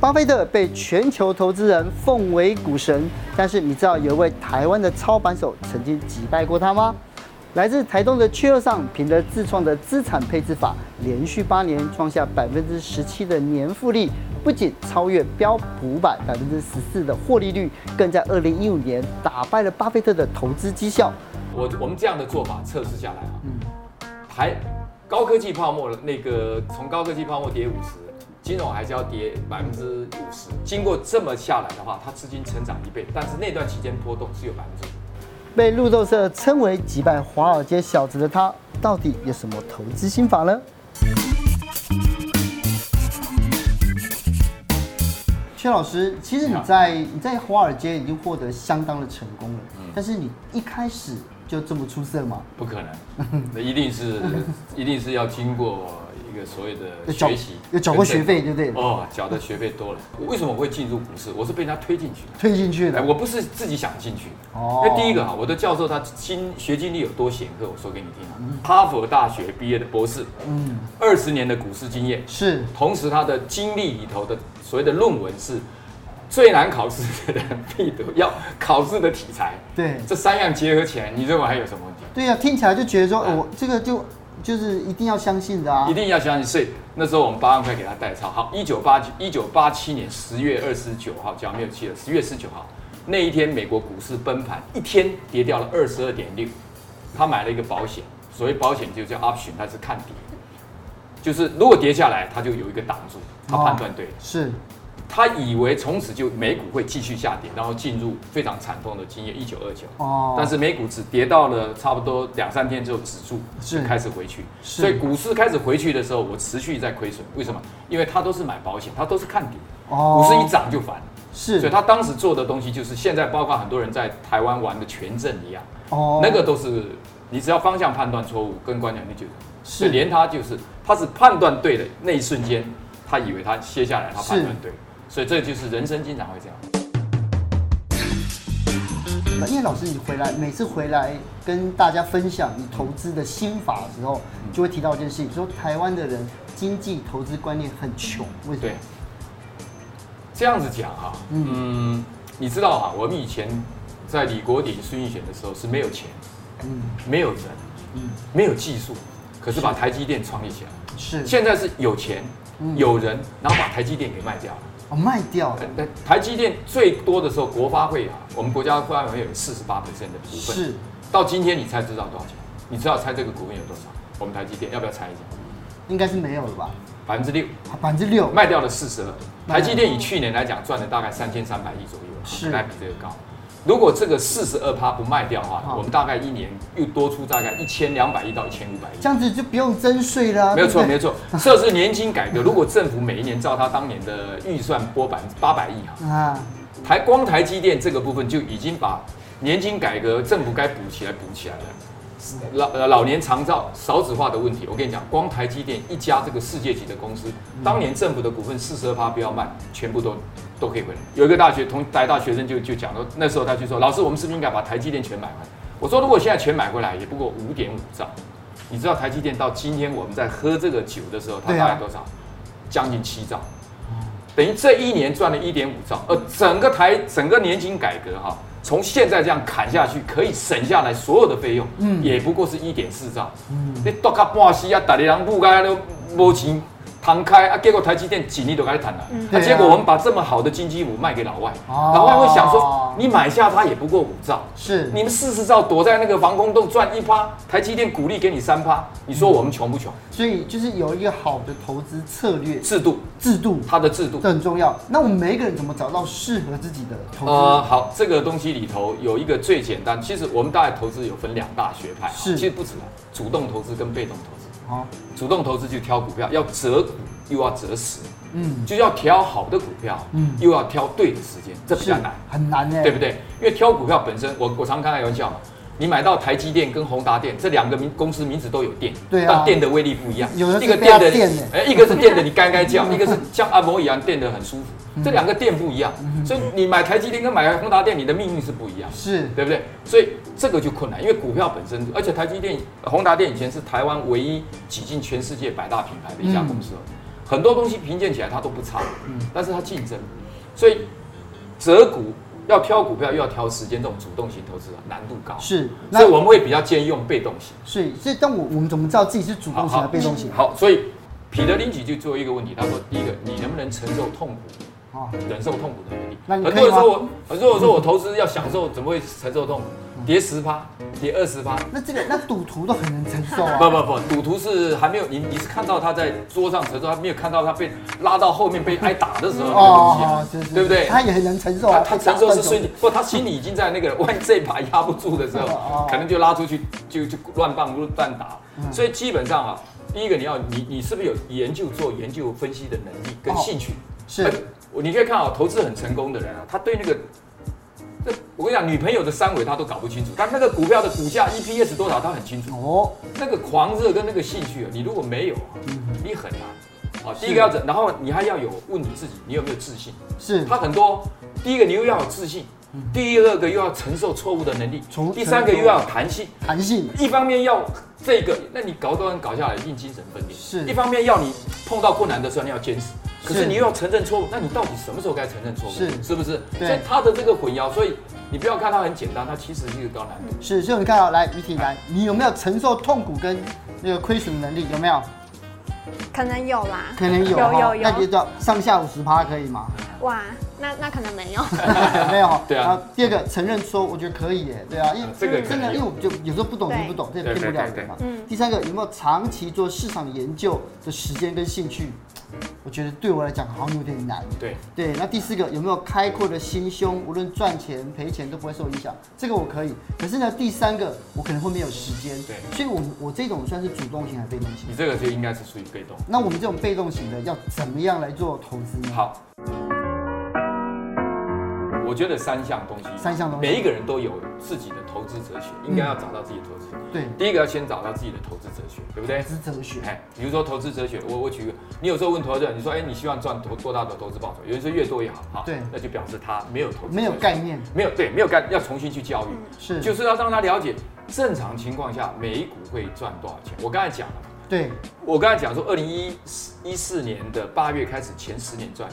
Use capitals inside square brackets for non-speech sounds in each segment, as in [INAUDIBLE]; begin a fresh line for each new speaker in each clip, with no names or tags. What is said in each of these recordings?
巴菲特被全球投资人奉为股神，但是你知道有一位台湾的操盘手曾经击败过他吗？来自台东的阙二上，凭着自创的资产配置法，连续八年创下百分之十七的年复利，不仅超越标普五百百分之十四的获利率，更在二零一五年打败了巴菲特的投资绩效。
我我们这样的做法测试下来啊，
嗯
还高科技泡沫那个从高科技泡沫跌五十，金融还是要跌
嗯
百分之五十。经过这么下来的话，它资金成长一倍，但是那段期间波动是有百分之五。
被路透社称为击败华尔街小子的他，到底有什么投资心法呢？薛老师，其实你在你在华尔街已经获得相当的成功了，
嗯
但是你一开始就这么出色吗？
不可能， [LAUGHS] 那一定是一定是要经过一个所谓的
有缴
学习，
有缴过学费对不对
哦，缴的学费多了。为什么我会进入股市？我是被人家推进去的。
推进去
哎，
的，
我不是自己想进去。
哦
哦，那第一个哈，我的教授他经学经历有多显赫，我说给你听啊。哈佛大学毕业的博士，
嗯，
二十年的股市经验，
是
同时他的经历里头的所谓的论文是最难考试的人必读要考试的题材。
对
这三样结合起来，你认为还有什么问题？
对呀、听起来就觉得说，
嗯
我、这个就就是一定要相信的啊
一，定要相信。所以那时候我们八万块给他代操。好，一九八九一九八七年十月二十九号，讲没有记了，十月十九号那一天，美国股市崩盘，一天跌掉了二十二点六。他买了一个保险，所谓保险就叫 option，它是看跌，就是如果跌下来，他就有一个挡住，他判断对。
是
他以为从此就美股会继续下跌，然后进入非常惨痛的经验，一九二九。
哦
但是美股只跌到了差不多两三天之后止住，
是
就开始回去。
是
所以股市开始回去的时候，我持续在亏损。为什么？因为他都是买保险，他都是看底，
哦
股市一涨就烦。
是，
所以他当时做的东西，就是现在包括很多人在台湾玩的权证一样，
哦
那个都是你只要方向判断错误，跟观点就就是所以连他就是他是判断对的那一瞬间，他以为他歇下来，他判断对，所以这就是人生经常会这样。
因为老师，你回来每次回来跟大家分享你投资的心法的时候，
嗯
就会提到一件事情，说台湾的人经济投资观念很穷，为什么
对？，这样子讲哈、嗯，你知道啊，我们以前在李国鼎、孙运璇的时候是没有钱，
嗯，
没有人，
嗯
没有技术，可是把台积电创立起来。
是嗯
现在是有钱有人，然后把台积电给卖掉了。
哦，卖掉了
呃，那台积电最多的时候，国发会啊，我们国家国发会有四十八 percent 的股份，
是
到今天你猜知道多少钱？你知道猜这个股份有多少？我们台积电要不要猜一下？
应该是没有了吧？
百分之六，
百分之六，
卖掉了四十二。台积电以去年来讲，赚了大概三千三百亿左右，
嗯是
本来比这个高。如果这个四十二趴不卖掉的话，
好
我们大概一年又多出大概一千两百亿到一千五百亿
这。样子就不用征税了、啊，
没有错，
对
没有
不
错。设置年金改革，如果政府每一年照他当年的预算拨百分之八百亿哈，
对啊，
台光台积电这个部分就已经把年金改革政府该补起来补起来了。老呃老年长照少子化的问题，我跟你讲，光台积电一家这个世界级的公司，
嗯
当年政府的股份四十二趴不要卖，全部都都可以回来。有一个大学同台大学生就就讲说，那时候他就说，老师，我们是不是应该把台积电全买回来？我说，如果现在全买回来，也不过五点五兆。你知道台积电到今天我们在喝这个酒的时候，它
对啊
大概多少？将近七兆。等于这一年赚了一点五兆，而整个台整个年金改革哈、从现在这样砍下去，可以省下来所有的费用，嗯，也不过是一点四兆，嗯，你剁到半死啊，大家人不该都没钱摊开啊，结果台积电几年都该谈了，
对
啊，
啊
结果我们把这么好的金鸡母卖给老外，
哦
老外会想说，你买下它也不过五兆，
是
你们四十兆躲在那个防空洞赚一趴，台积电鼓励给你三趴，你说我们穷不穷？
所以就是有一个好的投资策略
制度，
制度，
它的制度
这很重要。那我们每一个人怎么找到适合自己的投资？
呃，好，这个东西里头有一个最简单，其实我们大概投资有分两大学派啊，
是
其实不止啊，主动投资跟被动投资。
好，
主动投资就挑股票，要择股又要择时，
嗯，
就要挑好的股票，
嗯
又要挑对的时间，这比
是
较难，
很难欸呢，
对不对？因为挑股票本身，我我常开玩笑嘛，你买到台积电跟宏达电这两个名公司名字都有电，
对啊
但电的威力不一样，
有的是
一个
被它
电的
电呢
哎，一个是电的你该该叫，一 [LAUGHS] 个是像按摩一样电的很舒
嗯
服，这两个电不一样，所以你买台积电跟买宏达电，你的命运是不一样的。
是
对不对？所以这个就困难，因为股票本身，而且
嗯
台积电、宏达电以前是台湾唯一挤进全世界百大品牌的一家公司哦。很多东西评鉴起来它都不差，但是它竞争，所以择股要挑股票又要挑时间，这种主动型投资啊难度高，
是，
所以我们会比较建议用被动型。
是，是，但我我们怎么知道自己是主动型还是被动型？
好，嗯所以彼得林奇就做一个问题，他说：第一个，你能不能承受痛苦，
哦，
忍受痛苦的能力？
那你
很
可
多
以
人
吗
说我，很多人说我投资要享受，怎么会承受痛苦？跌十趴，跌二十趴。
那这个那赌徒都很能承受
不 [LAUGHS]
啊。
不不，赌徒是还没有你，你是看到他在桌上承受，他没有看到他被拉到后面被挨打的时候那个东西啊、
哦，是是，
对不对？
他也很能承受
他
啊，
他承受
被
是
打断
瞬间，不，他心里已经在那个，万一这一把压不住的时
哦嗯
候，可能就拉出去，就就乱棒乱打。所以基本上啊，第一个你要你你是不是有研究做研究分析的能力跟
哦
兴趣？
是
哎，我你可以看啊，投资很成功的人啊，他对那个，这我跟你讲，女朋友的三围他都搞不清楚，但那个股票的股价 EPS 多少他很清楚。
哦，
那个狂热跟那个兴趣啊，你如果没有啊，
嗯
你很难。啊好，第一个要整，然后你还要有问你自己，你有没有自信？
是嗯
它很多，第一个你又要有自信，第二个又要承受错误的能力
从，
第三个又要有弹性。
弹性，
一方面要这个，那你搞多人搞下来一定精神分裂；
是
一方面要你碰到困难的时候你要坚持，可
是
是你又要承认错误，那你到底什么时候该承认错误？
是
不是？
对
所以它的这个混淆，所以你不要看它很简单，它其实是一个高难度。
是，所以我们看啊到来于婷来，你有没有承受痛苦跟那个亏损能力？有没有？
可能有啦，
可能有
有
哈
有有
那你就知道上下五十趴可以吗？
哇，那那可能
[LAUGHS]
没有，
没有哈。
对啊
然后第二个承认说，我觉得可以耶，对啊，因为
这个
真的，
可以
因为我们就有时候不懂就
对
不懂，这也
对
骗不
对
了
对
人嘛
对嗯。
第三个，有没有长期做市场研究的时间跟兴趣？我觉得对我来讲好像有点难。
对，
对，那第四个有没有开阔的心胸？无论赚钱赔钱都不会受影响，这个我可以。可是呢，第三个我可能会没有时间。
对
所以我我这种算是主动型还是被动型
你？这个就应该是属于被动。
那我们这种被动型的要怎么样来做投资呢？，
好，我觉得三项东西，
三项东西
每一个人都有自己的投资哲学，应该要找到自己的投资。
对，
第一个要先找到自己的投资哲学，对不对
这？是哲学。
哎，比如说投资哲学，我我举一个，你有时候问投资者，你说，哎，你希望赚多多大的投资报酬？有人说越多越好，好，
对
那就表示他没有投资，
没有嗯概，念，
没有对，没有概，要重新去教育。
是
就是要让他了解，正常情况下每一股会赚多少钱。我刚才讲了，
对，
我刚才讲说，二零一一四年的八月开始，前十年赚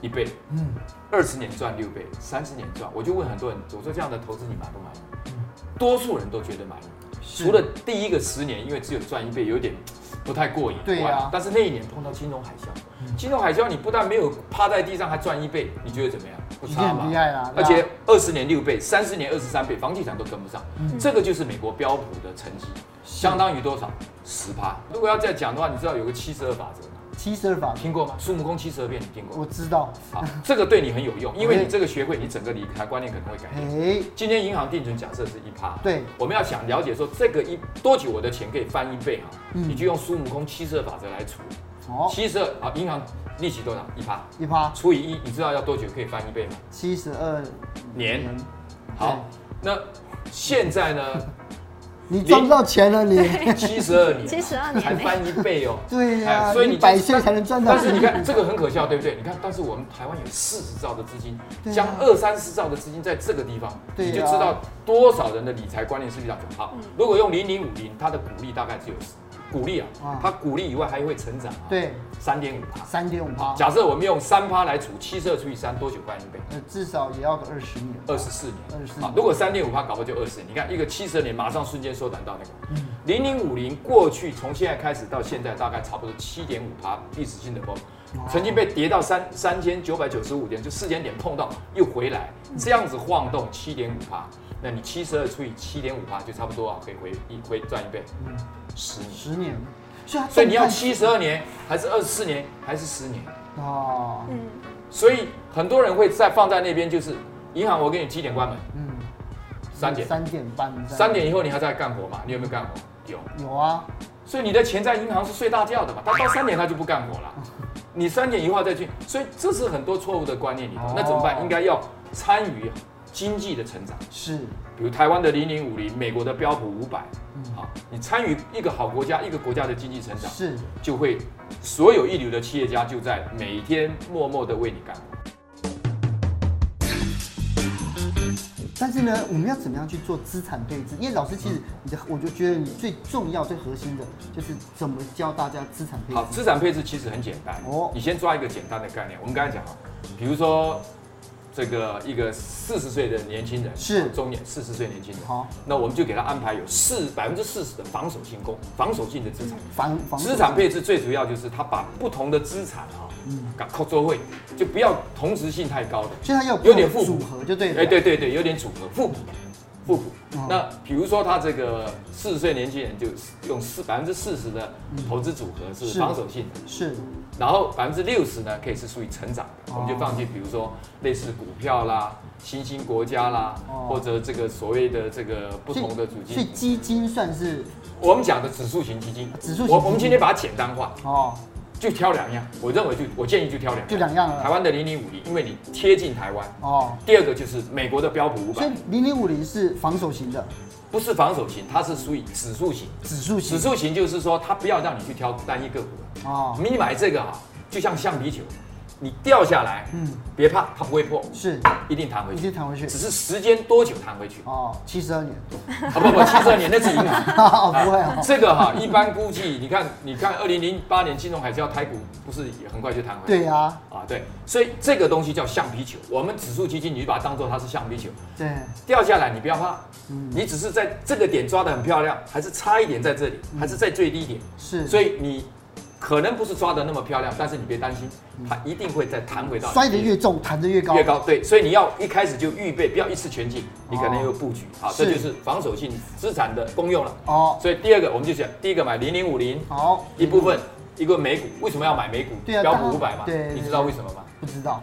一倍，
嗯，
二十年赚六倍，三十年赚，我就问很多人，我说这样的投资你满不满意？多数人都觉得满意，
嗯是
除了第一个十年，因为只有赚一倍，有点不太过瘾。
对啊嗯
但是那一年碰到金融海啸，金融海啸你不但没有趴在地上，还赚一倍，你觉得怎么样？不
已经
差
很
嘛
厉。害啦。
而
对
且
啊
二十年六倍，三十年二十三倍，房地产都跟不上，
嗯
这个就是美国标普的成绩，相当于多少？十趴。如果要再讲的话，你知道有个七十二法则吗？
七十二法，
听过吗？孙悟空七十二变，你听过吗？
我知道。
好，这个对你很有用，因为你这个学会，你整个理财观念可能会改变。
哎，
今天银行定存假设是一趴，
对，
我们要想了解说这个一多久我的钱可以翻一倍啊？
嗯
你就用孙悟空七十二法则来除，
哦，
七十二啊，银行利息多少？一趴
一趴
除以一，你知道要多久可以翻一倍吗？
七十二
年。好，那现
[LAUGHS]
在呢？
你赚不到钱了你。
七十二年，
72年
才翻一倍
[LAUGHS]
哦。
对呀、
哎
你百岁才能赚到
但是你看这个很可笑，对不对？你看，但是我们台湾有四十兆的资金
对啊，
将二三十兆的资金在这个地方，
对啊嗯
你就知道多少人的理财观念是比较可怕。如果用零零五零，它的股利大概只有10股利啊
啊，
它股利以外还会成长啊，
对，
三点五趴。
三点五趴，
假设我们用三趴来除，七十二除以三，多久翻一倍？
呃，至少也要个二十年。
二十四年，
24年
啊，如果三点五趴，搞不好就二十。你看一个七十年，马上瞬间缩短到那个零零五零，过去从现在开始到现在，大概差不多七点五趴历史性的崩，曾经被跌到三三千九百九十五点，就四千点碰到又回来，这样子晃动七点五趴，那你七十二除以七点五趴，就差不多啊，可以回一回赚一倍，十年。
嗯十年，所以它
所以你要
动态
七十二年，还是二十四年，还是十年？
哦，
嗯，
所以很多人会再放在那边，就是银行我给你几点关门？
嗯，
三点。
三点半，
三点以后你还在干活吗？你有没有干活？有，
有啊，
所以你的钱在银行是睡大觉的嘛，他到三点他就不干活了，你三点以后再去，所以这是很多错误的观念里头
哦。
那怎么办？应该要参与经济的成长，
是
比如台湾的零零五零，美国的标普五百，
嗯
好，你参与一个好国家，一个国家的经济成长，
是，
就会所有一流的企业家就在每天默默的为你干活。
但是呢，我们要怎么样去做资产配置？因为老师其
嗯
实你的，我就觉得你最重要、最核心的就是怎么教大家资产配置
好，。资产配置其实很简单。
嗯哦
哦，你先抓一个简单的概念。我们刚才讲啊，比如说这个一个四十岁的年轻人，
是
中年四十岁年轻人，
好，
那我们就给他安排有四百分之四十的防守性攻防守性的资产。
房房
资产配置最主要就是他把不同的资产啊，
嗯
搞靠做会，就不要同时性太高的。
所以它要
有点复古
组合就对了。
哎，对对对，有点组合互补，互补
哦。
那比如说他这个四十岁年轻人就用四百分之四十的投资组合是
嗯是
防守性的，
是
然后百分之六十呢可以是属于成长的，
哦
我们就放进比如说类似股票啦、新兴国家啦，
哦
或者这个所谓的这个不同的主
所以
基金。
基金算是
我们讲的指数型基金，
指数型基金
我我们今天把它简单化，
哦，
就挑两样，我认为就我建议就挑两样，
就两样了
台湾的零零五零，因为你贴近台湾。
哦，
第二个就是美国的标普五
所以
百，
零零五零是防守型的
不是防守型，它是属于指数型。
指数型
指数型就是说，它不要让你去挑单一个股了。
哦，
你买这个啊，就像橡皮球，你掉下来，
嗯
嗯，别怕，它不会破，
是
一定弹回
一直
去，
弹回去。
只是时间多久弹回去
哦，七十二
[LAUGHS]
年，
啊不不，七十二年那是银行。
哦不会哦，
[LAUGHS] 这个哈、一般估计，你看，你看，二零零八年金融海啸，台股不是也很快就弹回来？
对呀，
啊，对，所以这个东西叫橡皮球。我们指数基金，你就把它当做它是橡皮球，
对，
掉下来你不要怕，
嗯
你只是在这个点抓得很漂亮，还是差一点在这里，
嗯
还是在最低点，
是，
所以你可能不是抓得那么漂亮，但是你别担心，它一定会再弹回到你
嗯摔得越重，弹得越高，
越高，对，所以你要一开始就预备，不要一次全进，你可能有布局，好，这
哦是
就是防守性资产的功用了。
哦，
所以第二个我们就讲，第一个买零零五零
好，
一部分，一个美股，为什么要买美股？
对啊
标
大
普
家
五百嘛，
对
你知道为什么吗？
不知道，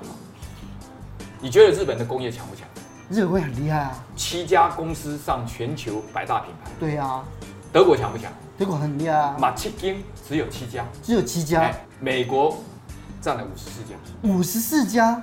你觉得日本的工业强不强？
日本会很厉害啊，
七家公司上全球百大品牌，
对呀，
德国强不强？
德国很厉害啊，
马七金只有七家，
只有七家
哎，，美国占了五十四家。
五十四家，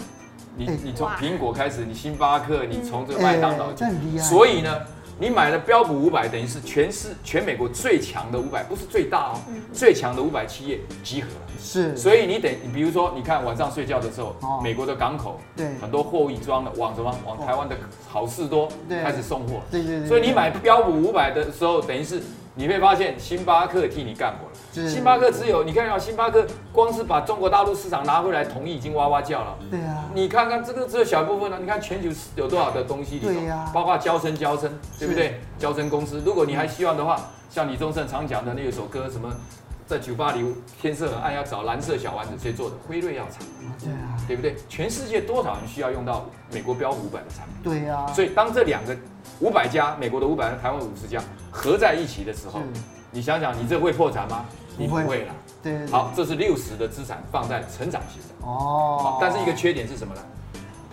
你
哎
你从
哇
苹果开始，你星巴克，你从这个麦当劳
哎，这很厉害
所以呢，你买了标普五百，等于是全市全美国最强的五百，不是最大哦，最强的五百企业集合了。
是，
所以你等，你比如说，你看晚上睡觉的时候，
哦
美国的港口，
对哦
很多货运装的往什么往台湾的好事多
对
开始送货。
对对对
所以你买标普五百的时候，等于是你会发现星巴克替你干活
是
了。星巴克只有你看啊，星巴克光是把中国大陆市场拿回来，同意已经哇哇叫了。
对啊，
你看看这个只有小部分了、你看全球有多少的东西里头，
对呀
包括交生交生，对不
是
对？交生公司，如果你还希望的话，像李宗盛常讲的那一首歌，什么在酒吧里天色很暗要找蓝色小丸子，谁做的？辉瑞药厂，
对啊，
对不对？全世界多少人需要用到美国标五百的产品？
对啊，
所以当这两个五百家美国的五百，台湾五十家合在一起的时候
是，
你想想，你这会破产吗？你
嗯不
不
会嗯
会了。
对对，对
好，，这是六十的资产放在成长型的。
哦
好，但是一个缺点是什么呢？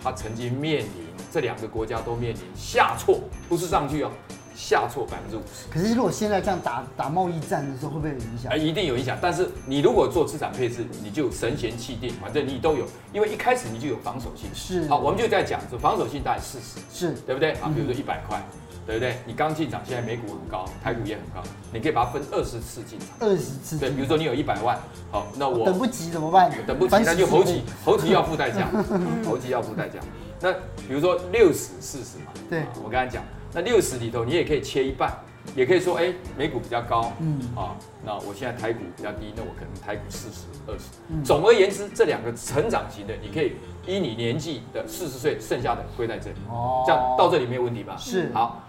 他曾经面临这两个国家都面临下挫，不是上去哦，下挫百分之五十，
可是如果现在这样打打贸易战的时候，会不会有影响
哎，？一定有影响。但是你如果做资产配置，你就神闲气定，反正你都有，因为一开始你就有防守性。
是
好，我们就在讲说防守性大概四十，
是
对不对？啊，比如说一百块，对不对？你刚进场，现在美股很高，台股也很高，你可以把它分二十次进场。
二十次，
对，比如说你有一百万，好，那
嗯
我
等不及怎么办？
等不及
反
那
省
就
自
猴
己
急，猴急
[LAUGHS]
要付代价，
嗯
猴急要付代价。那比如说六十四十嘛，
对
啊我刚才讲，那六十里头你也可以切一半，也可以说，哎，美股比较高，
嗯
嗯，啊，那我现在台股比较低，那我可能台股四十二
嗯
十。总而言之，这两个成长型的，你可以依你年纪的四十岁剩下的归在这里，
哦
这样到这里没有问题吧？
是
好。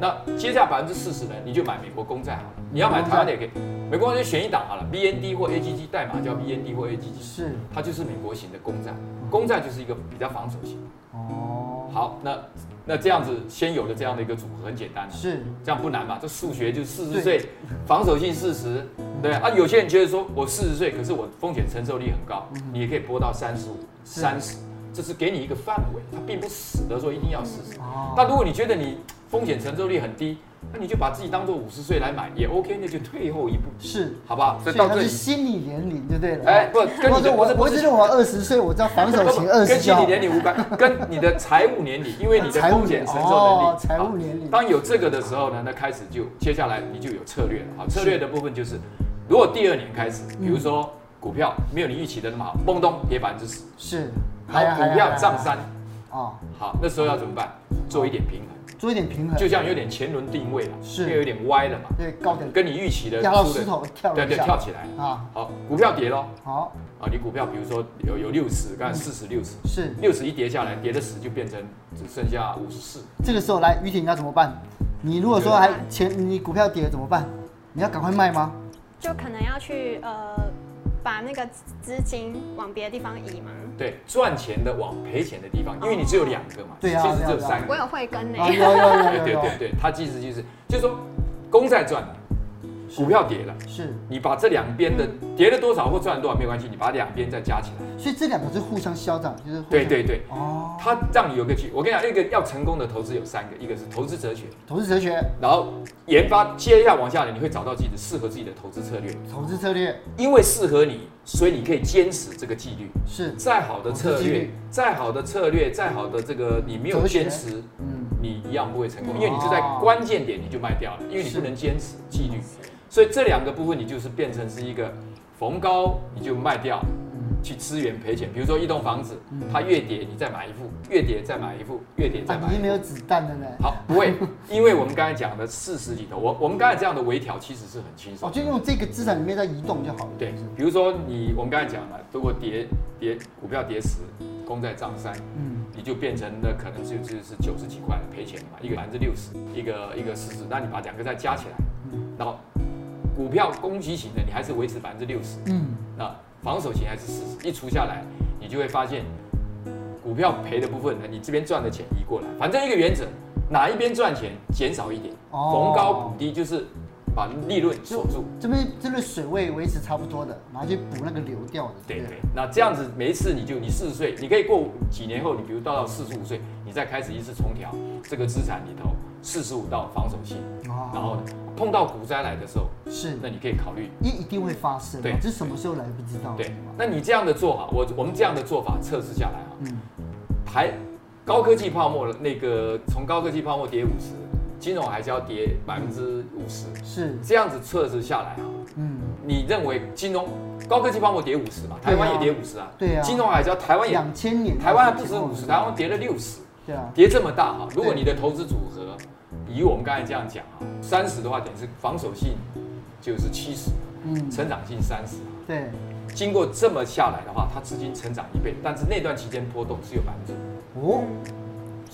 那接下百分之四十呢，你就买美国公债好了。你要买台湾的也可以，美国公债就选一档好了，BND 或 AGG，代码叫 BND 或 AGG，
是
它就是美国型的公债。公债就是一个比较防守型。
哦，
好，那那这样子先有了这样的一个组合，很简单、啊。
是
这样不难嘛？这数学就四
对
十岁，防守性四十，对啊。有些人觉得说我四十岁，可是我风险承受力很高，
嗯
你也可以拨到三十五、
是
三十，这是给你一个范围，它并不死的说一定要四十。
哦
那如果你觉得你风险承受力很低，那你就把自己当做五十岁来买也 OK，那就退后一步，
是，
好不好？
所
所以
以
到
它
这
是
里，
心理年龄就对了。
哎，，不 [LAUGHS] 跟
或
你
者
的
我我
不
一直认为我二十岁，我知道防守型二
跟
十
心理
就
年龄无关，跟你的财务年龄，因为你的
财务
风险承受能
哦
力，
财务
好
年龄
当有这个的时候呢，那开始就接下来你就有策略了。好，策略的部分就是，如果第二年开始，比如说股票没有你预期的那么好，蹦咚跌百分之十，
是，啊
然后股票涨
还
三，
哦，
好，那时候要怎么办？做一点平衡，
做一点平衡，
就像有点前轮定位了，
是
因为有点歪了嘛，
对高点
跟你预期的
压到
出的
石头跳了
对
一
对，
下
跳起来。
啊，
好，股票跌咯，
好
啊，你股票比如说有有六十，刚才四十六十，
是
六十一跌下来，跌了十就变成只剩下五十四，
这个时候来于婷要怎么办？你如果
啊
说还前你股票跌了怎么办？你要赶快卖吗？
就可能要去呃，把那个资金往别的地方移嘛。
对，赚钱的往赔钱的地方，因为你只有两个嘛，
对啊
其实只有
对啊对啊
三
我
个，
有慧根呢、
啊，有有有
对
有
对
有
对，对，它其实就是就是说公债赚了，股票跌了。
是，嗯
你把这两边的跌了多少或赚了多少没关系，你把两边再加起来。
所以这两个是互相消长，就是互相
对对对，
哦，
它让你有个去。我跟你讲，一个要成功的投资有三个，一个是投资哲学，
投资哲学、
然后研发，接下来往下来你会找到自己的适合自己的投资策略，
投资策略
因为适合你，所以你可以坚持这个纪律。
是，
再好的策
投资纪
略
律，
再好的策略，再好的这个你没有
哲学
坚持，
嗯，
你一样不会成功，
嗯
因为你就在
哦
关键点你就卖掉了，因为你
是
不能坚持纪律。所以这两个部分你就是变成是一个逢高你就卖掉，去支援赔钱。比如说一栋房子，它越跌你再买一副，越跌再买一副，越跌再
嗯啊，
买
你
一
没
副。
有子弹的呢，
好，不会，因为我们刚才讲的事实里头，我我们刚才这样的微调其实是很轻
哦，
松。
就用这个资产里面在移动就好了，
对
是不是，
比如说你我们刚才讲了，如果跌跌股票跌十，公债涨三，
嗯，
你就变成了可能就就是九十几块赔钱的嘛，一个百分之六十，一个一个十十，那你把两个再加起来，然后股票攻击型的你还是维持百分之六十，
嗯，
那防守型还是四十，一除下来，你就会发现股票赔的部分呢，你这边赚的钱移过来，反正一个原则，哪一边赚钱减少一点，
哦
逢高补低就是把利润锁住。
这边这边水位维持差不多的，然后去补那个流掉的，
对
不
对，那这样子每一次你就你四十岁，你可以过几年后，你比如到到四十五岁，你再开始一次重调这个资产里头四十五道防守性，然
哦，
后碰到股灾来的时候，
是，
那你可以考虑
因为一定会发生嘛，
对
这什么时候来不知道，
对，那你这样的做法，我我们这样的做法测试下来啊，
嗯，
还高科技泡沫了那个从高科技泡沫跌五十，金融还是要跌百分之五十，
是，
这样子测试下来啊，
嗯。
你认为金融高科技泡沫跌五十嘛，台湾也跌五十啊，
对啊
金融海啸台湾也
两千年，
台湾还不止五十，台湾跌了六十，
对啊，
跌这么大哈、如果你的投资组合以我们刚才这样讲啊，三十的话等于是防守性就是七十，
嗯，
成长性三十。
对，
经过这么下来的话，它资金成长一倍，但是那段期间波动是有百分之五，
哦，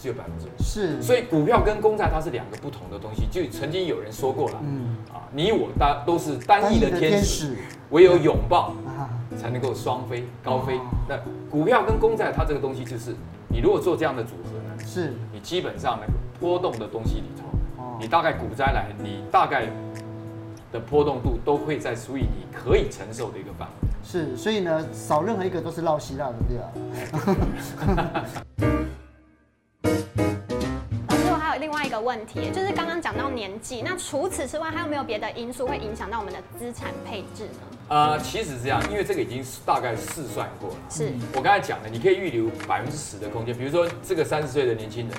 是有百分之五。
是，
所以股票跟公债它是两个不同的东西，就曾经有人说过了，
嗯，
啊，你我大都是单翼的天使，唯有拥抱
啊，
才能够双飞高飞
哦。
那股票跟公债它这个东西就是，你如果做这样的组合呢，
是，
你基本上那个波动的东西里头，
哦
你，大概股灾来，你大概的波动度都会在属于你可以承受的一个范围。
是，所以呢，少任何一个都是绕希腊的，对啊，
老师，我还有另外一个问题，就是刚刚讲到年纪，那除此之外，还有没有别的因素会影响到我们的资产配置呢？
呃，其实这样，因为这个已经大概试算过了。
是，
我刚才讲的，你可以预留百分之十的空间，比如说这个三十岁的年轻人，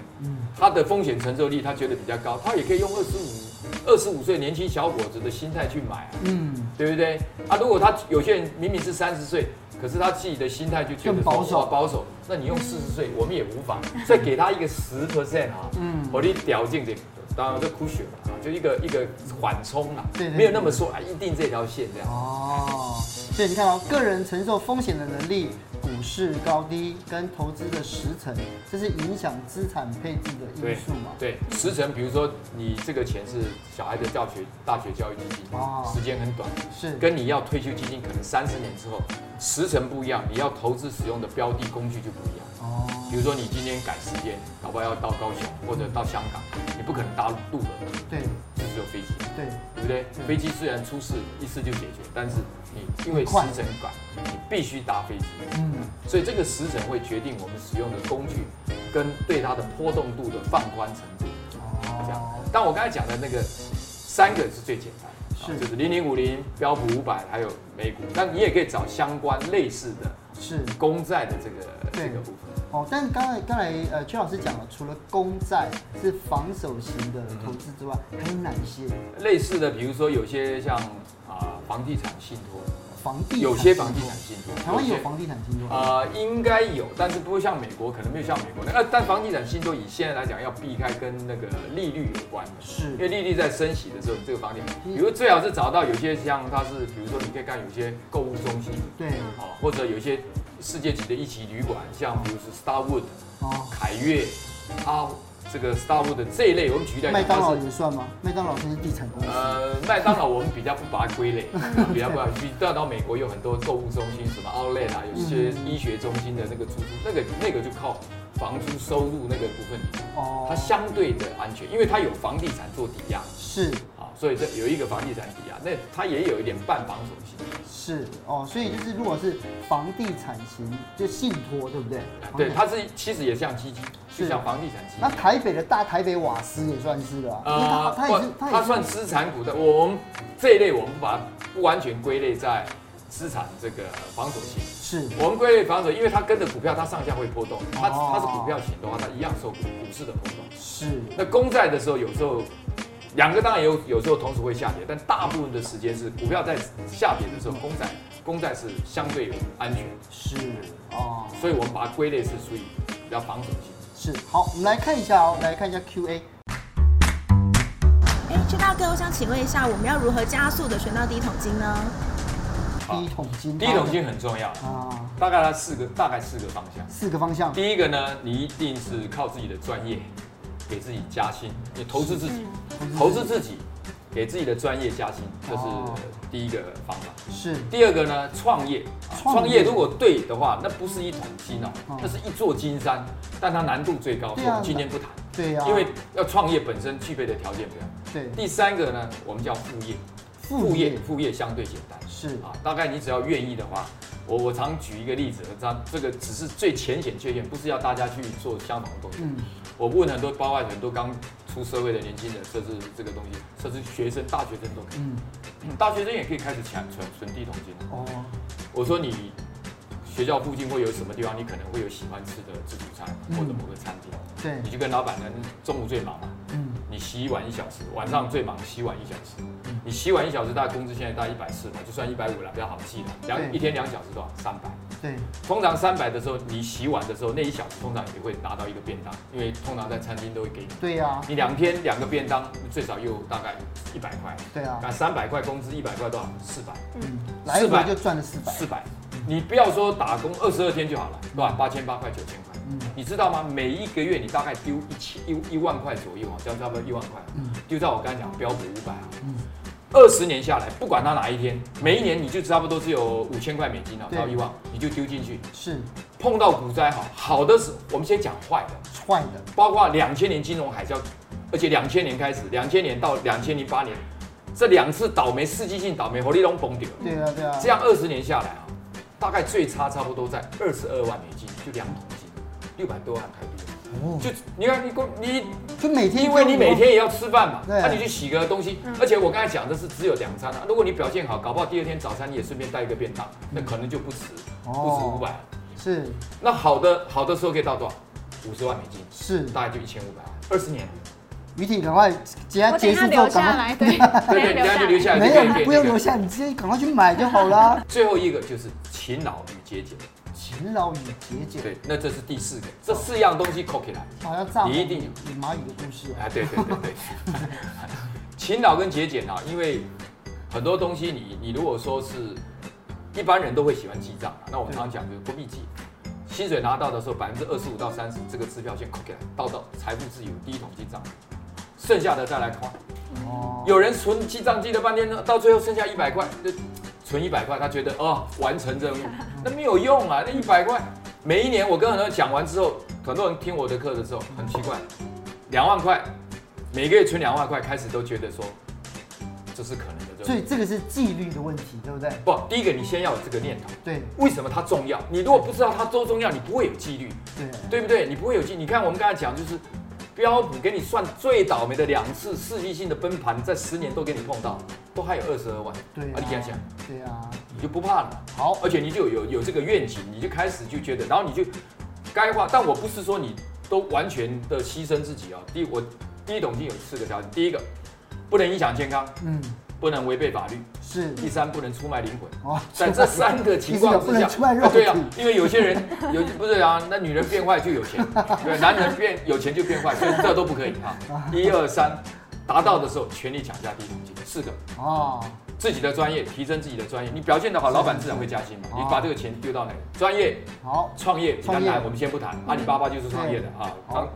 他的风险承受力他觉得比较高，他也可以用二十五、二十五岁年轻小伙子的心态去买啊、
嗯，
对不对？啊，如果他有些人明明是三十岁，可是他自己的心态就觉得
更
说
保守
哇保守，那你用四十岁，我们也无法。所以给他一个十 percent 啊，
嗯
嗯，我的条件这当然这苦血嘛，啊就一个一个缓冲啦，
对对
没有那么说啊，一定这条线这样。
哦，所以你看哦，个人承受风险的能力。股市高低跟投资的时程，这是影响资产配置的因
对
素嘛？
对，时辰，比如说你这个钱是小孩的教学大学教育基金
哦，
时间很短，
是，
跟你要退休基金可能三十年之后时辰不一样，你要投资使用的标的工具就不一样。
哦，
比如说你今天赶时间，搞不好要到高雄或者到香港，你不可能搭渡轮，
对
就只有飞机，
对，
对不对
对？
飞机虽然出事一次就解决，但是你因为时辰赶，你必须搭飞机，
嗯，
所以这个时辰会决定我们使用的工具跟对它的波动度的放宽程度。这样
哦，。
但我刚才讲的那个三个是最简单的，
是
就是零零五零、标普五百还有美股，但你也可以找相关类似的
是。
公债的这个
对
这个部分。
哦，但刚才刚才呃，邱老师讲了，除了公债是防守型的投资之外，还有哪一些？
类似的，比如说有些像啊、房地产信托，
房地产
有些房地产信托，
台湾有
些
房地产信托，
呃，应该有，但是不会像美国，可能没有像美国那。呃，但房地产信托以现在来讲，要避开跟那个利率有关的，
是
因为利率在升息的时候，你这个房地产，
嗯
比如最好是找到有些像它是，比如说你可以看有些购物中心，
对，
哦，或者有一些世界级的一级旅馆，像比如说 Starwood、
哦，
凯悦、它这个 Starwood 这一类，我们举例来
麦
讲，
当劳
它是
也算吗？麦当劳算是地产公司，
呃，麦当劳我们比较不把它归类， [LAUGHS] 比较不把它。比较到美国有很多购物中心，什么 Outlet 啊，有一些医学中心的那个出租，那个那个就靠房租收入那个部分，它
哦，
相对的安全，因为它有房地产做抵押，
是
好，所以这有一个房地产抵押，那它也有一点半防守性。
是哦，所以就是如果是房地产型就信托，对不对？房
对，
地
它是其实也像基金，
哦是
就像房地产基金
那。
呃
台北的大台北瓦斯也算是了，因为它它也是
不
它
它
也
算
是
资产股的，我我们这一类我们把它不完全归类在资产这个防守性。
是
我们归类防守，因为它跟着股票，它上下会波动，它
哦
它是股票型的话，它一样受股股市的波动。
是
那公债的时候，有时候两个当然有有时候同时会下跌，但大部分的时间是股票在下跌的时候，公债公债是相对安全，
是哦。
所以我们把它归类是属于比较防守性。
是，好，我们来看一下哦，来看一下 Q&A。
哎，邱大哥，我想请问一下，我们要如何加速的选到第一桶金呢？
第一桶金，
第一桶金很重要，
啊，
大概它四个大概四个方向。
四个方向，
第一个呢，你一定是靠自己的专业给自己加薪，你投资自己，投资自己，给自己的专业加薪，这是
哦
第一个方法。
是
第二个呢，创业，啊
创业
创业如果对的话，那不是一桶金哦
嗯，
那是一座金山，但它难度最高，所
对啊
以我们今天不谈，
对啊呀、
因为要创业本身具备的条件不一样。
对
第三个呢，我们叫副业，
副业
副业相对简单，
是
啊，大概你只要愿意的话，我我常举一个例子，它这个只是最浅显确见，不是要大家去做相同的东西。
嗯
我问很多，包括很多刚出社会的年轻人，甚至这个东西，甚至学生、大学生都可以，
嗯
大学生也可以开始抢存存地桶金。
哦
我说你学校附近会有什么地方，你可能会有喜欢吃的自助餐
嗯
或者某个餐厅，
对
你就跟老板娘中午最忙嘛，
嗯
你洗碗一小时，晚上最忙洗碗一小时。
嗯
你洗碗一小时，大概工资现在大概一百四嘛，就算一百五了，比较好记了。两
对
一天两小时多少？三百。
对
通常三百的时候，你洗碗的时候那一小时通常也会拿到一个便当，因为通常在餐厅都会给你。
对呀、
你两天两个便当，最少又大概一百块。
对啊
那三百块工资一百块多少？四百。
嗯，来回
400
就赚了四百，
四百，你不要说打工二十二天就好了，对吧？八千八块、九千块
嗯，
你知道吗？每一个月你大概丢一千一一万块左右啊，这样差不多一万块
嗯，
丢在我刚才讲标普五百啊
嗯。
二十年下来，不管它哪一天，每一年你就差不多只有五千块美金啊，
对
到一万，你就丢进去。
是
碰到股灾好，好的时，我们先讲坏的，
坏的，
包括两千年金融海啸，而且两千年开始，两千年到两千零八年，这两次倒霉，世纪性倒霉，活力龙崩掉了。
对啊对啊，
这样二十年下来啊，大概最差差不多在二十二万美金，就两桶金，六百多万台币。
哦，
就你看你工你，
就每天
因为你每天也要吃饭嘛，
对
那你去洗个东西，而且我刚才讲的是只有两餐啊，如果你表现好，搞不好第二天早餐你也顺便带一个便当，那可能就不止
嗯哦
不止五百。
是
那好的好的时候可以到多少？五十万美金，
是，
大概就一千五百万，二十年。
于婷赶快结
我等
结
一下
束之
留
后
下
赶快，
来，对，
对对，你下就留下来
没
就可以给
有
你
不用
那
留
个。
下，你直接赶快去买就好啦。
最后一个就是勤劳与节俭，
勤劳与节俭，
对，那这是第四个，这四样东西扣起来。
好像炸
你一定有
有蚂蚁的故事啊，
啊，对对对对，勤劳跟节俭啊，因为很多东西你你如果说是一般人都会喜欢记账啊，那我们
对
常常讲就是不必记，薪水拿到的时候百分之二十五到三十这个支票先扣给来，到到财富自由第一桶记账，剩下的再来花。
哦，
有人存记账记了半天呢，到最后剩下一百块，就存一百块，他觉得哦完成任务，那没有用啊，那一百块，每一年我跟很多人讲完之后，很多人听我的课的时候很奇怪，两万块，每个月存两万块，开始都觉得说这是可能的
所
任务。
以这个是纪律的问题，对不对？
不，第一个你先要有这个念头，
对
为什么它重要？你如果不知道它多重要，你不会有纪律。
对
对不对？你不会有记。你看我们刚才讲，就是标普给你算最倒霉的两次世纪性的崩盘，在十年都给你碰到，都还有二十二万。
对
啊，你想想，
对啊，
你就不怕了。
好，
而且你就有有这个愿景，你就开始就觉得，然后你就该花。但我不是说你都完全的牺牲自己啊、第一，我第一桶金有四个条件，第一个不能影响健康，
嗯，
不能违背法律，
是
第三不能出卖灵魂。
哦，
在这三个情况之
你是有不能
下
出卖肉，体
对 [LAUGHS] 啊，因为有些人有不是啊，那女人变坏就有 [LAUGHS] 钱，对，男人变有钱就变坏，所以这都不可以啊。一二三，达到的时候全力抢下第一桶金，四个
哦，
自己的专业提升自己的专业，你表现得好，老板自然会加薪嘛。你把这个钱丢到哪里？专业
好，
哦创业比较
创业
难，我们先不谈。阿里巴巴就是创业的啊。
好
好，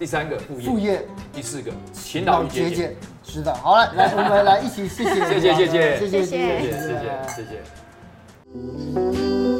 第三个副业，
副业
第四个勤劳与节俭。，
是的。好了，来，我们来一起谢谢谢谢
谢谢谢谢
谢谢
谢谢谢谢谢谢。
谢